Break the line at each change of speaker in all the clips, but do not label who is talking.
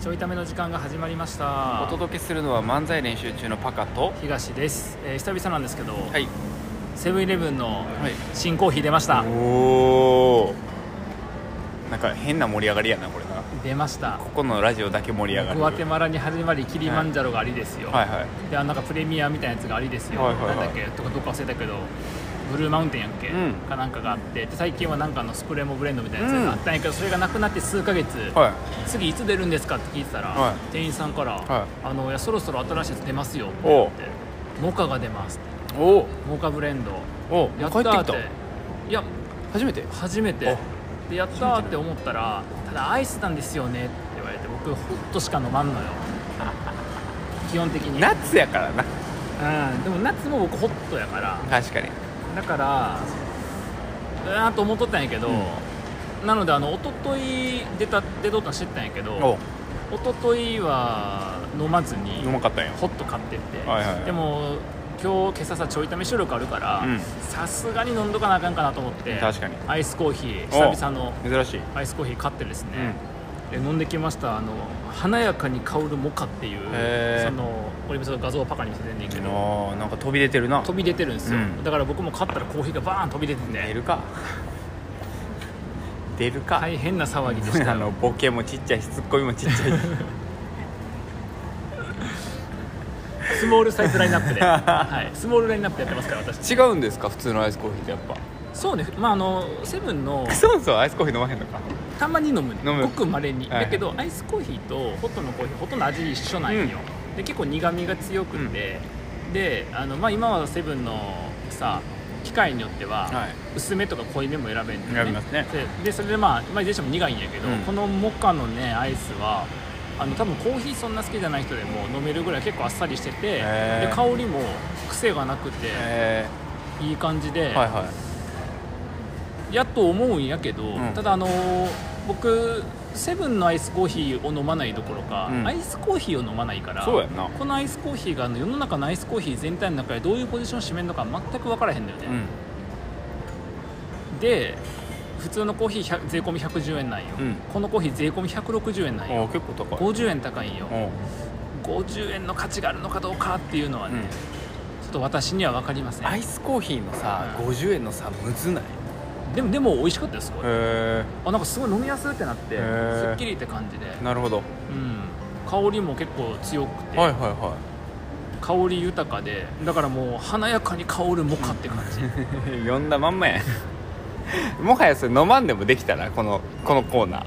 ちょいための時間が始まりました
お届けするのは漫才練習中のパカと
東です、えー久々なんですけど、
はい
セブンイレブンの
はい
新コーヒー出ました
おおなんか変な盛り上がりやなこれな
出ました
ここのラジオだけ盛り上がる
グアテマラに始まりキリマンジャロがありですよ、
はいはい
であのなんかプレミアみたいなやつがありですよ、
はいはいはい
なんだっけとかどっか忘れたけどブルーマウンテンやっけ、
うん
かなんかがあってで最近はなんかあのスプレーもブレンドみたいなやつがあったんやけど、それがなくなって数ヶ月、
はい
次いつ出るんですかって聞いてたら、
はい
店員さんから、
はい
あのいやそろそろ新しいやつ出ますよって言
おう
ってモカが出ますって
お
モカブレンド
お
やった
帰って
ー
き
って
た
いや
初めて
初めて
あ
でやったーって思ったらただアイスなんですよねって言われて僕ホットしか飲まんの よ基本的に
ナッツやからな
うん、でも夏も僕ホットやから
確かに
だからうわーと思っとったんやけど、なのであの一昨日出た出とったん知ってたんやけど
お
一昨日は飲まずに
うまかったんや
ホット買ってって、
はいはいはい
でも今日今朝さちょいため収録あるから
うん
さすがに飲んどかなあかんかなと思って
確かに
アイスコーヒー
お
久々の
珍しい
アイスコーヒー買ってですね、で飲んできましたあの華やかに香るモカっていう
へー
その俺もその画像をパカに見せてんねんけど
あーなんか飛び出てるな
飛び出てるんですよ、
うん
だから僕も買ったらコーヒーがバーン飛び出て
出
て
るか出るか
大変な騒ぎでし
あ
た
のボケもちっちゃいしツッコミもちっちゃいし
スモールサイズラインナッ プで、はい、スモールラインナップやってますから私
違うんですか普通のアイスコーヒーってやっぱ
そうねまああのセブンの
そもそもアイスコーヒー飲まへんのか
たまに飲む
飲む
ごくまれに、
はい
だけどアイスコーヒーとホットのコーヒーほとんど味一緒なんよ、で結構苦みが強くて、であの、まあ、今はセブンのさ機械によっては、
はい
薄めとか濃いめも選べるんだよね
選べますね
ででそれでまあまあいずれにしても苦いんやけど、
うん
このモカのねアイスはあの多分コーヒーそんな好きじゃない人でも飲めるぐらい結構あっさりしてて
へー
で香りも癖がなくて
え
いい感じで、
ー、はいはい
やと思うんやけど、
ん
ただあのー僕セブンのアイスコーヒーを飲まないどころか、
うん
アイスコーヒーを飲まないから
そうやんな
このアイスコーヒーがあの世の中のアイスコーヒー全体の中でどういうポジションを占めるのか全く分からへんだよね、で普通のコーヒー100税込み110円なんよ、
うん
このコーヒー税込み160円なん
うん、お
よ
結構高い
50円高いんよ
お
50円の価値があるのかどうかっていうのは
う
ね、
ん
ちょっと私には分かりません
アイスコーヒーのさ、
うん
50円のさむずないへ
でもでも美味しかったですこれ
え
あなんかすごい飲みやすいってなって
へ
す
ー
っきりって感じで
なるほど
うん、香りも結構強くて、
はいはいは
香り豊かでだからもう華やかに香るモカって感 じ
い呼んだまんまや んもはやそれ飲まんでもできたなこのこのコーナー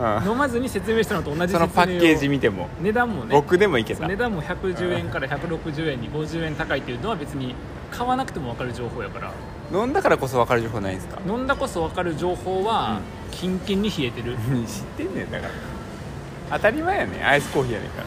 はい、
うん
飲まずに説明したのと同じ説
そ
明を
のパッケージ見ても、
値段もね
僕でもいけ
そう
た
値段も110円から160円に50円高いっていうのは別に買わなくても分かる情報やから
飲んだからこそ分かる情報ないんですか
飲んだこそ分かる情報は、キンキンに冷えてる
知ってんねんだから当たり前やねんアイスコーヒーやねんから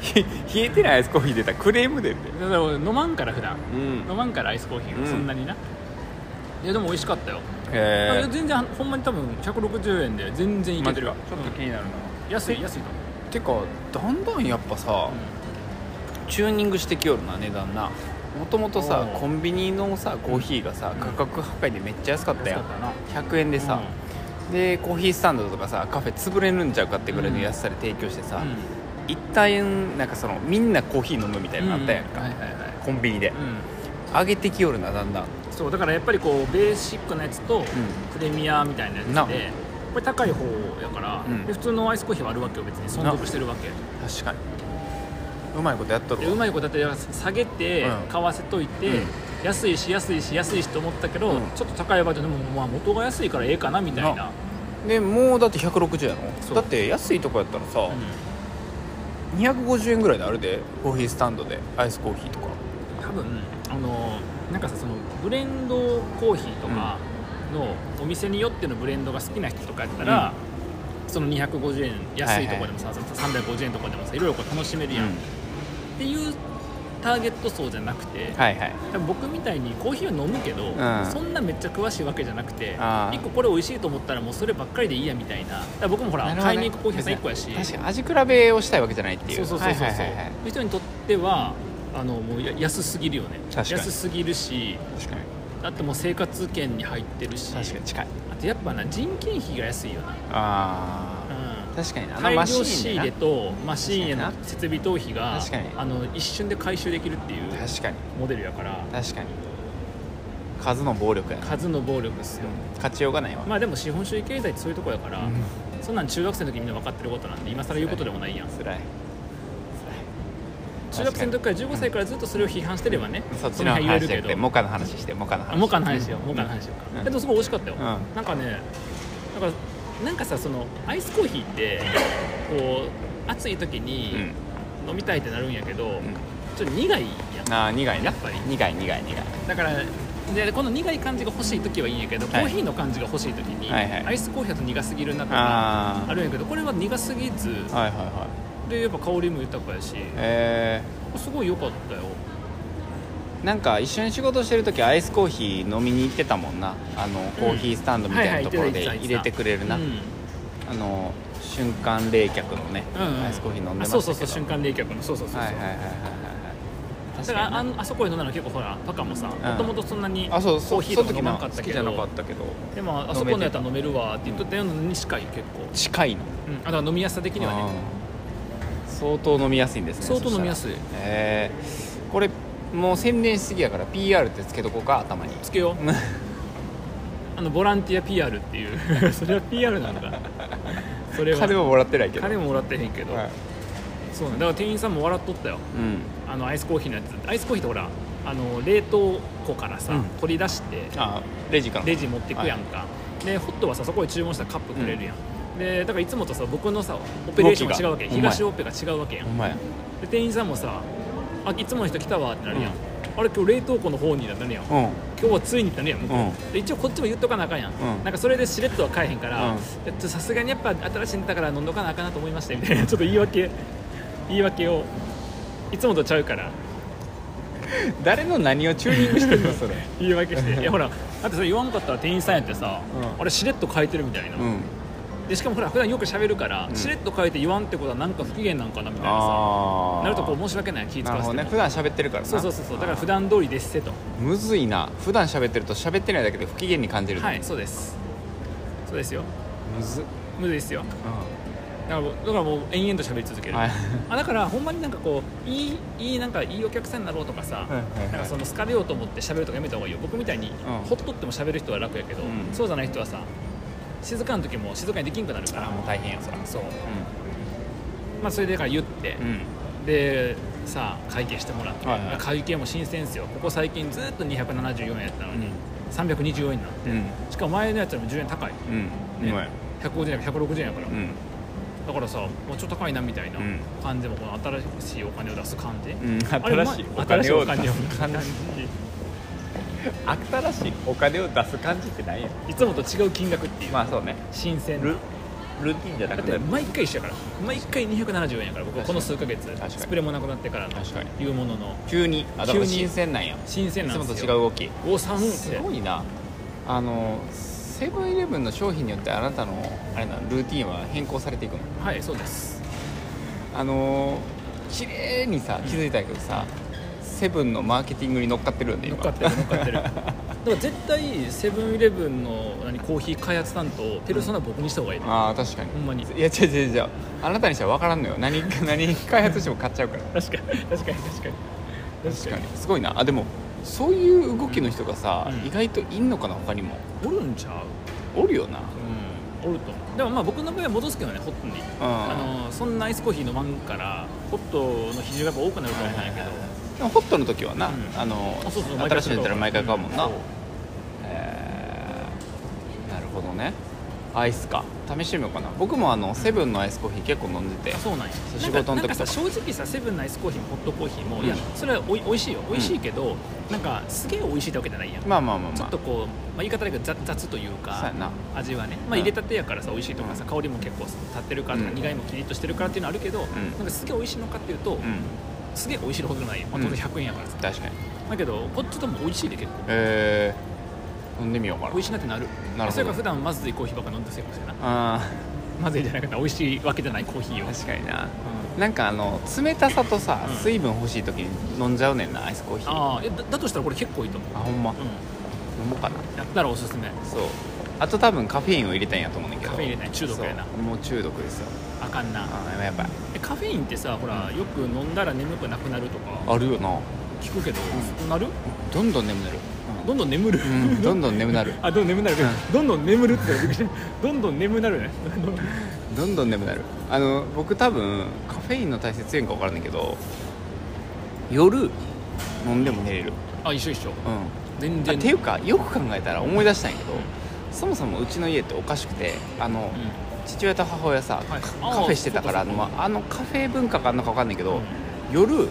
ひ冷えてないアイスコーヒー出たらクレーム出るで
だから俺飲まんから普段
うん
飲まんからアイスコーヒー
う
が
ん
そんなにな、いやでも美味しかったよ、
へ
全然ほんまに多分160円で全然
え
いけてるよ
気になるな、
うん安い安いと思う
てかだんだんやっぱさ、チューニングしてきよるな値段なもともとさ
おう
コンビニのさコーヒーがさ
うん
価格破壊でめっちゃ安かった
安
よ
かったな
100円でさ、でコーヒースタンドとかさカフェ潰れるんちゃうかってぐらいの安さで提供してさ、
うん
一旦なんかそのみんなコーヒー飲むみたいなのあったやんか、
はいはいはい
コンビニで
う
上げてきよるなだんだん
んそうだからやっぱりこうベーシックなやつとプレミアみたいなやつ
な
でこれ高い方やから、
うん
で普通のアイスコーヒーはあるわけよ別に存続してるわけ
確かにうまいことやっと
で
る
う
わ
まい子だって下げて
うん
買わせといて、
うん
安いし安いし安いしと思ったけど、
うん
ちょっと高いバージョンでもまあ元が安いからええかなみたいな
な、でもうだって160や
そ
ろ
う
だって安いとこやったらさ、
うん
250円ぐらいであるでコーヒースタンドでアイスコーヒーとか
多分あのなんかさそのブレンドコーヒーとかのお店によってのブレンドが好きな人とかやったら、その250円安いとこでもさ、350円とかでもさいろいろこう楽しめるやん、っていうターゲット層じゃなくて、
はいはい
多分僕みたいにコーヒーは飲むけど、
ん
そんなめっちゃ詳しいわけじゃなくて
あー
1個これ美味しいと思ったらもうそればっかりでいいやみたいなだから僕もほら
なるほど
買
ね
いに行くコーヒー屋さん1個やし
確かに味比べをしたいわけじゃないっていう
そうそうそうそうそう、
はいはいはいはい
そういう人にとってはあのもうや安すぎるよね
確かに
安すぎるし
確かに
だってもう生活圏に入ってるし
確かに近い
あとやっぱな人件費が安いよな
あ
うん
ー確かになあ
大
のマ
量
シ
仕
ーン
入
ね
れとマシーンへの設備投費が
確かにな
あの一瞬で回収できるっていう
な確かに
モデルやから
確かに数の暴力やな
数の暴力ですよ、
勝ちようがないわ、
まあでも資本主義経済ってそういうとこやから、
うん
そんなん中学生の時みんな分かってることなんで今更言うことでもないやん
辛い
中学生の時から15歳からずっとそれを批判してればね、
そっちの
辺言え
話
る
じ
け
ゃなくて
ど
モカの話してモカの話
あモカの話よモカの
うん
話よか、
うん
でもすごい美味しかったよ、
う
なんかねだからなんかさそのアイスコーヒーってこう暑い時に飲みたいってなるんやけど、
ん
ちょっと苦いやん
ああ苦いな
やっぱり
苦い苦い苦い
だからでこの苦い感じが欲しい時はいいんやけど、
はい
コーヒーの感じが欲しい時に、
はいはい
アイスコーヒーだと苦すぎるなとか
あ
あるんやけどこれは苦すぎず
あはいはいはい
でやっぱ香りも豊かやし
え
すごい良かったよ
ー、なんか一緒に仕事してる時アイスコーヒー飲みに行ってたもんなあのコーヒースタンドみたいなところで入れてくれるな、
うん
あの瞬間冷却のね、
うんうん
アイスコーヒー飲んでま
あ
したけど
そうそうそう瞬間冷却のそうそうそうそう、
はいはいはいはいはい
だ
確
か
からに
あ
な
のあそこで飲んだの結構ほらパカもさもともとそんなにコ
あそうそ
ー
う
ヒ
そ
ー
の
とか
時
飲ま
も
んか
好
った
き
け
じゃなか
ど
ったけど
でもあそこのやったら飲めるわって言っとったようなのに近い結構
近いの
うんあだから飲みやすさ的にはね
あー相当飲みやすいんですね
相当飲みやす
い
い
えー、これもう宣伝しすぎやから PR ってつけとこうか頭に
つけ ようあのボランティア PR っていう それは PR なんだそれは
金ももらってないけど
金ももらってへんけど、
はい
そうなんだから店員さんも笑っとったよ
うん
あのアイスコーヒーのやつアイスコーヒーってほらあの冷凍庫からさ、
うん
取り出して
あレジかな
レジ持ってくやんか、でホットはさそこで注文したらカップくれるやん、でだからいつもとさ僕のさオペレーションが違うわけ
動きが
東オペが違うわけやん
ほんまや
で店員さんもさ「あいつもの人来たわ」ってなるやん、
うん
あれ今日冷凍庫の方になるやん、
うん
今日はついにってなるやん、
うん
で一応こっちも言っとかなあかんやん、
うん
なんかそれでしれっとは買えへんから
うん
えっとさすがにやっぱ新しいんだから飲んどかなあかんなと思いましたみたいな ちょっと言い訳言い訳をいつもとちゃうから
誰の何をチューニングしてんのそれ
言い訳していやほらだってそれ言わんかったら店員さんやってさ、
うん
あれしれっと変えてるみたいな、
うん
でしかもほら普段よく喋るから、
うん
しれっと変えて言わんってことはなんか不機嫌なんかなみたいなさ
ああ
なるとこう申し訳ない気使
な
わ
る
せ
ほ
ても
どね
らう
普段喋ってるからな
そうそうそうそうだから普
段
段通りですせと
むずいな普段喋ってると喋ってないだけで不機嫌に感じるの
はいそうですそうですよ
むずっ
無理ですよだからだからもう延々と喋り続ける、
はい
あだからほんまになんかこういいいいなんかいいお客さんになろうとかさ、
はいはいはい
なんかその好かれようと思って喋るとかやめた方がいいよ僕みたいに、ほっとっても喋る人は楽やけど、
うん
そうじゃない人はさ静かな時も静かにできんくなるから
あもう大変やそら
そうまあそれでだから言って、
うんうん
でさあ会計してもらって、
はいはい
会計も新鮮ですよここ最近ずっと274円やったのに、
うん
324円になっ
う
て、
ん
しかも前のやつよりも10円高い、
うん
ね
うまい
150円から160円やから、
うん
だからさもうちょっと高いなみたいな
うん
感じでもこの新しいお金を出す感じ、
うん
あれ
新しいうお
ま
金
新
を出
しいお金を
す感じ新しいお金を出す感じってないやん
いつもと違う金額っていう、
まあそうね
新鮮な
ルルーティンじゃな
だ
く
ってて毎回一緒やから毎回274円やから僕
確かに
この数ヶ月
かに
スプレーもなくなってからの
確かに
いうものの
急にあだか
急
ら
に
新鮮なんや
新鮮
い
な
つ
ん
も
で
と
す
違う
よ
動き
お3って
すごいなあのセブンイレブンの商品によってあなたのあれなルーティンは変更されていくの
はいそうです
あの綺麗にさ気づいたけどさセブンのマーケティングに乗っかってるよね
乗っか
今
ってる乗っかってるだから絶対セブンイレブンの何コーヒー開発担当ペルソナ僕にした方がいいね、
ああ確かに
ほんまに
いや違う違う違うあなたにしては分からんのよ何何開発しても買っちゃうから
確かに確かに確かに
確かにすごいなあでもそういう動きの人がさ、
うん
意外といんのかな他にも
おるんちゃう
おるよな
うんおると思うでもまあ僕の場合は戻すけどねホットにあのそんなアイスコーヒー飲まんからホットの比重がやっぱ多くなると思うんやけど、
でもホットの時はな、
うん
あの
あそうそう毎回
新しいのやったら毎回買うもんな、
そう
えーなるほどねアイスか試してみようかな僕もあのセブンのアイスコーヒー結構飲んでて
あそうなんや
そう
なん
仕
か
事の時
な
とか
んかさ正直さセブンのアイスコーヒーもホットコーヒーも、
うん
いやそれはおい美味しいよ美味しいけど、なんかすげえ美味しいってわけじゃないやん、
まあまあまあまあ
ちょっとこう、まあ、言い方だけど雑雑という
そうや
か
な
味はね、
う
まあ、
ん
入れたてやからさ美味しいとかさ香りも結構立ってるからとか、
うん
苦いもキリッとしてるからっていうのはあるけど、
ん
なんかすげえ美味しいのかっていうと、
うん
すげえ美味しいほどでもないよ、まあ、当然100円やからさ、
確かに
だけどこっちとも美味しいで結構
えー、飲んでみようかな
美味しいなってなる
なるほど
それから普段まずいコーヒーばっか飲んでせいかしてな
あ
まずいじゃなくて美味しいわけじゃないコーヒーを
ー確かにな
うん
なんかあの冷たさとさ、
うん
水分欲しい時に飲んじゃうねんなアイスコーヒーあ
ああえだだとしたらこれ結構いいと思う
ほんま、飲
う
もうかなん
やったらおすすめ
そうあと多分カフェインを入れたんやと思うんだけど
カフェイン入れたんや中毒やな
そうもう中毒ですよ
あかんな
ああやっぱ
えカフェインってさほらよく飲んだら眠くなくなるとか
あるよな
聞くけど、
う
なる
どんどん眠なる、
どんどん眠る、
うん、どんどん眠なる
あどんどん眠なる、
う
どんどん眠るってびっくりしたどんどん眠なるね
どんどん眠なるあの僕多分カフェインの大切やんか分からんねんけど夜飲んでも寝れる
あ一緒一緒
うん
全
あ
然
っていうかよく考えたら思い出したんやけどそもそもうちの家っておかしくてあの、
うん
父親と母親さ、
はい
カ
あー
カフェしてたから
そっかそっ
まあ、あのカフェ文化かあんのか分かんないけ
う
ど、
ん
夜
う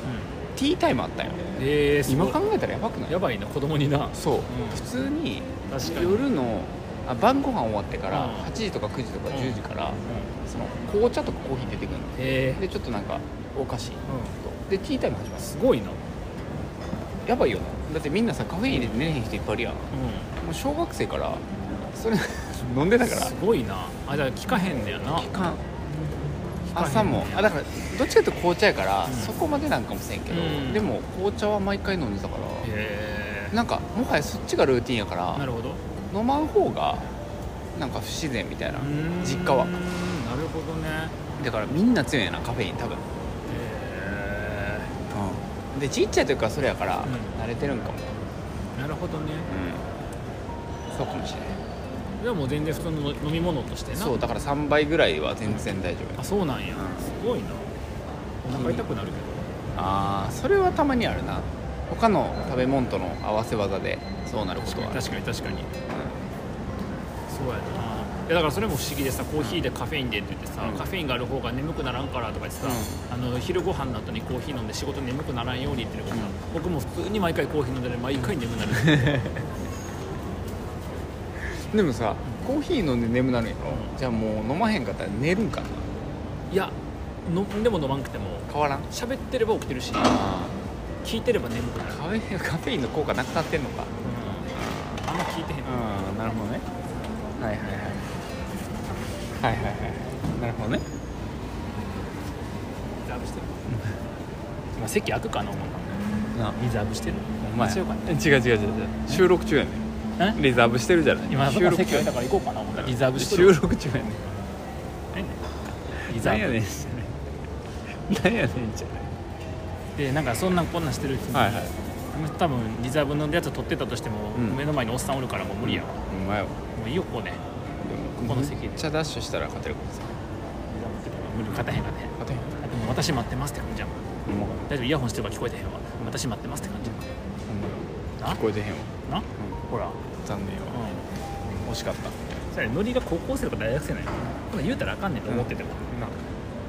ティータイムあったんよ
んえーすご
今
い
考えたらやばくない
やばいな子供にな
そう、
ん
普通に
確かに
夜のあ晩ご飯終わってから
うん
8時とか9時とか
うん
10時から、
うん
その紅茶とかコーヒー出てくるの
えー
でちょっとなんかお菓子と
う
でティータイム始ま
ん
る
すごいな、うん、
やばいよなだってみんなさカフェイン入れて寝れへん人いっぱいいるやんもう小学生からそれ 飲んでたから
すごいなあじゃあ聞かへんねやな
期
か
間
へんね
朝もあだからどっちかというと紅茶やから、
うん
そこまでなんかもせんけど、
うん
でも紅茶は毎回飲んでたから
へえ
なんかもはやそっちがルーティンやから
なるほど
飲まん方がなんか不自然みたいな
うーん
実家は
なるほどね
だからみんな強いんやなカフェイン多分、
え
でちっちゃい時からそれやか
う
ら、
ん
慣れてるんかも、
ーなるほどね
うん、そうかもしれない
じゃあもう全然普通の飲み物としてな
そうだから3倍ぐらいは全然大丈夫
あそうなんや、
うん
すごいなお腹痛くなるけ
ああそれはたまにあるな他の食べ物との合わせ技でそうなる
ど
ことはある
確かに確かにそうやないやだからそれも不思議でさコーヒーでカフェインでって言ってさ、
うん
カフェインがある方が眠くならんからとか言ってさ、
う
あの昼ご飯の後にコーヒー飲んで仕事眠くならんようにって言ってるからさ、僕も普通に毎回コーヒー飲んでね毎回眠くなる、
でもさコーヒー飲んで眠なるんやろ、じゃあもう飲まへんかったら寝るんかない
やのでも飲まんくても
変わらん
喋ってれば起きてるし
あ
聞いてれば眠くなる、
ーカフェ カフェインの効果なくなってんのか
あんま聞いてへん、
うんなるほどねはいはいはいはいはいはいなるほどね
水浴びしてる今席開くかなお前
な
水浴びしてる
お前
強かった
違う違う違う違う収録中やね
え
んリザーブしてるじゃない
今
収
僕
録
席
中
開
や
いたか
ね
ら行こうかな思ったらリザーブ
ん
してる
収録中やねん
リザ
なん
ー
や
ブ
ねんなんやねんじ
でなんかそんなんこんなんしてる人
ゃ
に
ないはいはい
多分リザーブのやつ取ってたとしても、
うん
目の前におっさんおるからもう無理やわ、
お前は
もういいよこうね
でも
ここの席
めっちゃダッシュしたら勝てるかもしれない
リザーブって無理勝てへん勝てへん
勝てへん
あでも私待ってますって感じやもん
ほんま
大丈夫イヤホンしてれば聞こえてへんわ私待ってますって感じや
ほんま
な
聞こえてへんわ
もんなほら、う
残念よ
ん、
惜しかった
それノリが高校生とか大学生なんやこんなん言うたらあかんねんと思ってても、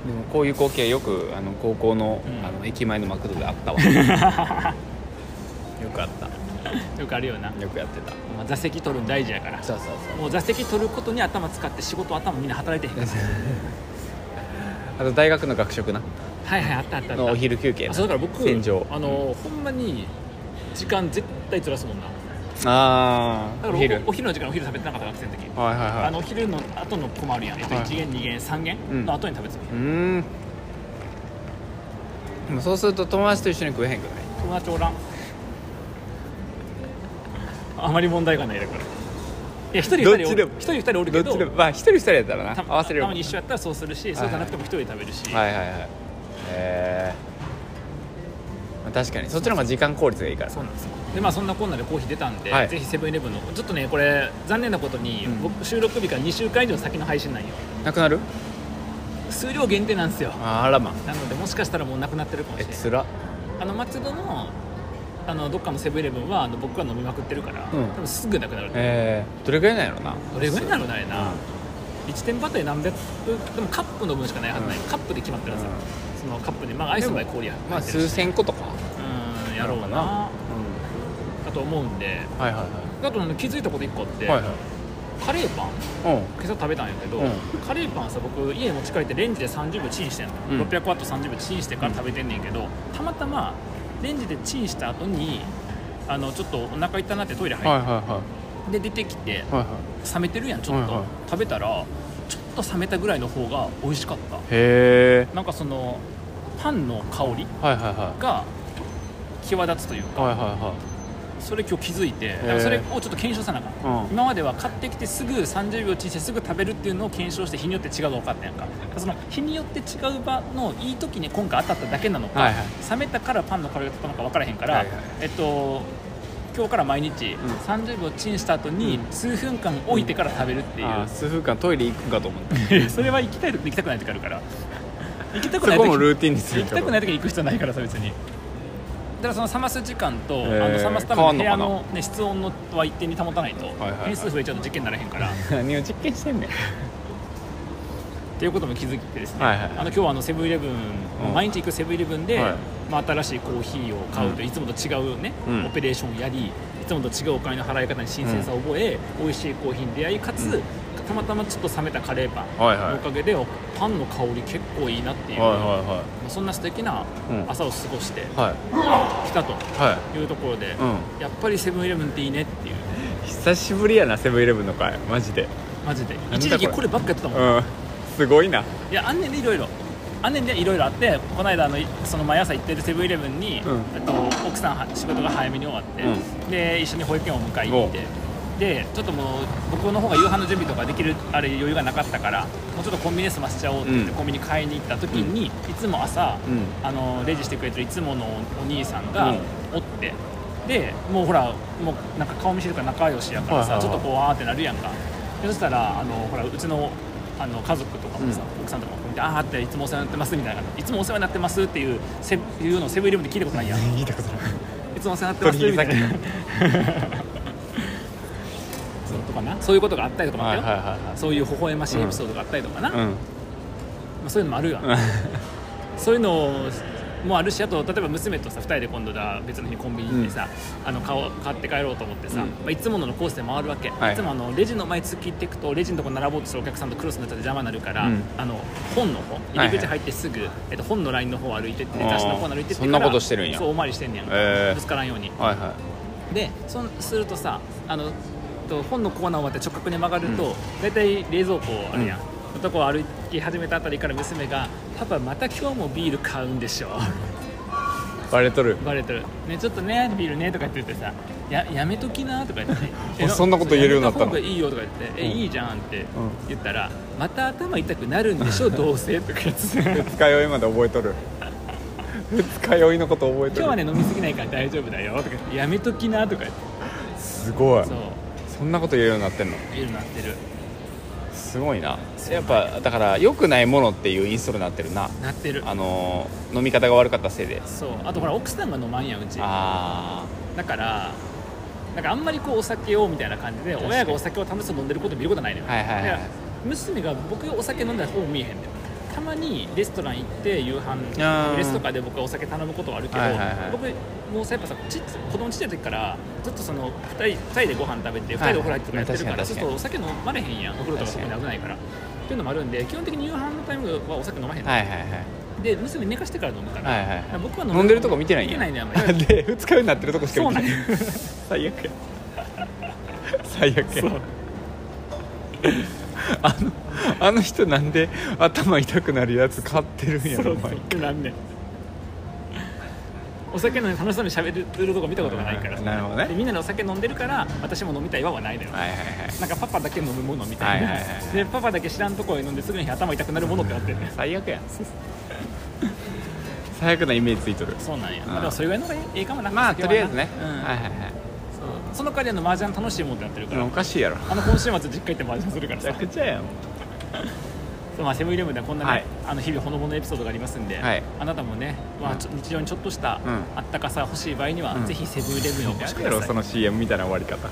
でもこういう光景よくあの高校の,、
うん
あの駅前のマクドで あったわよくあった
よくあるよな、
よくやってた
まあ、座席取るん大事やから
そうそう
もう座席取ることに頭使って仕事頭みんな働いてへんから
あと大学の学食な
はいはいあったあったあった
のお昼休憩
あそうだから僕
戦場
あのほんまに時間絶対ずらすもんな
あ
だ
あ
から
お昼
おお昼の時間お昼食べてなかった学生の時、
はいはいはい
あのお昼の後のコマあるやん、えっと、
はい
1限2限3
うん
限の後に食べてた、
うーんでもそうすると友達と一緒に食えへんくない
友達おらんあまり問題がないだからいや一人二人おる
どっち
一人
でも
二人おるけ
ど
ど
っちでもまあ一人二人やったらな
た
合わせれる
たま
もん
に
な
一緒やったらそうするし、
い
そうじゃなくても一人で食べるし、
はいはいはいへえ確かにそっちの方が時間効率がいいから
そうなんですよでまあそんなこんなでコーヒー出たんで、
はい
ぜひセブンイレブンのちょっとねこれ残念なことに、
うん
僕収録日から2週間以上先の配信なんよ
なくなる
数量限定なんですよ
あらま
なのでもしかしたらもうなくなってるかもし
え
れない
つら
あの松戸のあのどっかのセブンイレブンはあの僕が飲みまくってるから、
うん
多分すぐなくなる、
えー、どれぐらいなんやろな
どれぐらいなのだよな
うん
1店舗あたり何百でもカップの分しかないはずない、
うん
カップで決まってるはず、
うん
そのカップでまあアイスの場合氷や
まあ数千個とか
うんやろうなだと思うんで
うんはいはいは
あとあの気づいたこと1個あって、
いはいは
カレーパン今朝食べたんやけど、
うん
カレーパンさ僕家持ち帰ってレンジで30秒チンしてんの、
うん
600ワット30秒チンしてから食べてんねんけどたまたまレンジでチンした後にあのちょっとお腹痛なってトイレ入って、
いはいは
で出てきて
いはいはい
冷めてるやんちょっと、
はいはい
食べたらちょっと冷めたぐらいの方が美味しかった
へえ
なんかそのパンの香り
はいはいは
が際立つという
い
か
はいはいは
それ今日気づいてだ
ー
からそれをちょっと検証さなあかん、
うん
今までは買ってきてすぐ30秒チンしてすぐ食べるっていうのを検証して日によって違うの分かったやんかその日によって違う場のいい時に今回当たっただけなのか、
はいはい
冷めたからパンの軽いが立ったのか分からへんから、
はいはい
えっと今日から毎日30秒チンした後に
うん
数分間置いてから食べるっていう、
あー数分間トイレ行くかと思 って
いや それは行きたい時と行きたくない時あるから行きたく
そ
ない
こ
時
もル
行
ーティンにする
きたくないい時に行く必要ないからさ別にだからその冷ます時間と、
ー
あの冷ますための部屋
変わんの
の、ね、室温のは一定に保たないと、
はいはい
変数増えちゃうと事件にならへんからっ
何を実験してんねん
ていうことも気づいてですね、
はいはいはい
あの今日はあのセブンイレブン、
うん
毎日行くセブンイレブンで、
はい
まあ、新しいコーヒーを買うと
うん
いつもと違うね、
うん
オペレーションをやりいつもと違うお金の払い方に新鮮さを覚え、美味しいコーヒーに出会いかつ、
うん
たまたまちょっと冷めたカレーパン
はい
のお
は
かげで、パンの香り結構いいなってい、
いうは
まあそんな素敵な
うん
朝を過ごして
いはい
きたと
はい
いうところで、
うん
やっぱりセブンイレブンっていいねっていう
久しぶりやなセブンイレブンの会マジで
マジで
だ
一時期
これ
こればっかやってたもん、い
うんすごいな
やあんねんでいろいろあんねんでいろいろあってこの間あのいその毎朝行ってるセブンイレブンに、
うん
えっと、奥さんは仕事が早めに終わって、
うん
で一緒に保育園を迎えに行ってでちょっともう僕の方が夕飯の準備とかできるあれ余裕がなかったからもうちょっとコンビニで済ませちゃおうって言って、
うん
コンビニ買いに行った時に、いつも朝、
うん
あのレジしてくれてるいつものお兄さんが
うん
おって、でもうほらもうなんか顔見知りとか仲良しやからさ、
はいはいはい
ちょっとこうあーってなるやんかでそしたらあのほらうちのあの家族とかもさ、奥さんとかも見て「ああ」って「いつもお世話になってます」みたいな「いつもお世話になってます」っていうセいうのをセブンイレブンで聞いたことないやんい
いたことない
つもお世話になってますみたいな
取
そうとかなそういうことがあったりとかもあったよ、
はいはいはいはい
そういう微笑ましいエピソードがあったりとかな、
うん
まあ、そういうのもあるよ、 そういうのもあるしあと例えば娘とさ2人で今度だ別の日にコンビニでさ、あの買おう買って帰ろうと思ってさ、
うん
まあ、いつもののコースで回るわけ、
はい
い、つもあのレジの前突きっていくとレジのとこ並ぼうとするお客さんとクロスになっちゃって邪魔になるから、
うん
あの本の方入り口入ってすぐ、えっと、本のラインの方歩いてって
あー
雑誌の方歩いてって
そんなことしてるんや
そうお参りしてんねん、
へー
ぶつからんように
はいは
でそうするとさあのと本のコーナーを終わって直角に曲がると、大体冷蔵庫あるやん、のとこを歩き始めたあたりから娘が「パパまた今日もビール買うんでしょ」
いバレとる
バレてる「ねちょっとねビールね」とか言っててさ「ややめときな」とか言って
あ そんなこと言えるようになったの
やめ方がいいよ」とか言って「え
うん
いいじゃん」って言ったら「また頭痛くなるんでしょどうせ」とか言 ってて
二日酔いまで覚えとる二日酔いのこと覚
「
えとる
今日はね飲みすぎないから大丈夫だよ」とか言って「やめときな」とか言って
すごい
そう
そんなこと言えるようになってんの
ビールなってる
すごいなやっぱだから良くないものっていうインストールになってるな
なってる
あのー飲み方が悪かったせいで
そうあとほら奥さんが飲まんやんうち
あ
だからなんかあんまりこうお酒をみたいな感じで
確かに
親がお酒を楽しそうに飲んでること見ることないのよ、
はいはいはい
だから娘が僕がお酒飲んだらほぼ見えへんねんたまにレストラン行って夕
あー
飯レスとかで僕はお酒頼むことはあるけど、
はいはいはい
僕もうさやっぱさちっ子供ちっちゃい時からずっとその2人二人でご飯食べて2人でお風呂入ってとかやってるから、
はいはい
ちょっとお酒飲まれへんやんお風呂とか特に危ないからっていうのもあるんで基本的に夕飯のタイミングはお酒飲まへん
あ
の、
はいはいはい
で娘寝かしてから飲むから,、
はいはいはい
僕は
飲んでるとこ見てないん
見て
や
ないねあんまり
で二日酔いになってるとこしか
そう
見
な
て
ん
ない
や
最悪や最悪や
そう
あの あの人なんで頭痛くなるやつ買ってるんや
そ
ろ
う
毎
そうなんねんお酒飲んで楽しそうに喋ってるとこ見たことがないから
あーなるほどね
でみんなでお酒飲んでるから私も飲みたいわはないのよ、
回はいはいはい
なんかパパだけ飲むものみたいな、
はいはいはいはい
でパパだけ知らんとこへ飲んですぐに頭痛くなるものってなってるね
最悪や 最悪なイメージついとる
そうなんや、
うん
まあでもそれぐらいの方がいいかもな
まあ
お酒
と
は
りあえずね、
うん
はいはいはい
そうその代わりあの麻雀楽しいもんってなってるか
でも
ら
おかしいやろ
あの今週末実家行って麻雀するから
めちゃ
さ
くちゃやん
そうまあ、セブンイレブンではこんな、ね
はい
あの日々ほのぼのエピソードがありますんで、
はい
あなたもね、まあ、ちょ日常にちょっとした
うん
あったかさ欲しい場合には、
うん
ぜひセブンイレブンにお越しく
や
だ
ろ
さい
その CM みたいな終わり方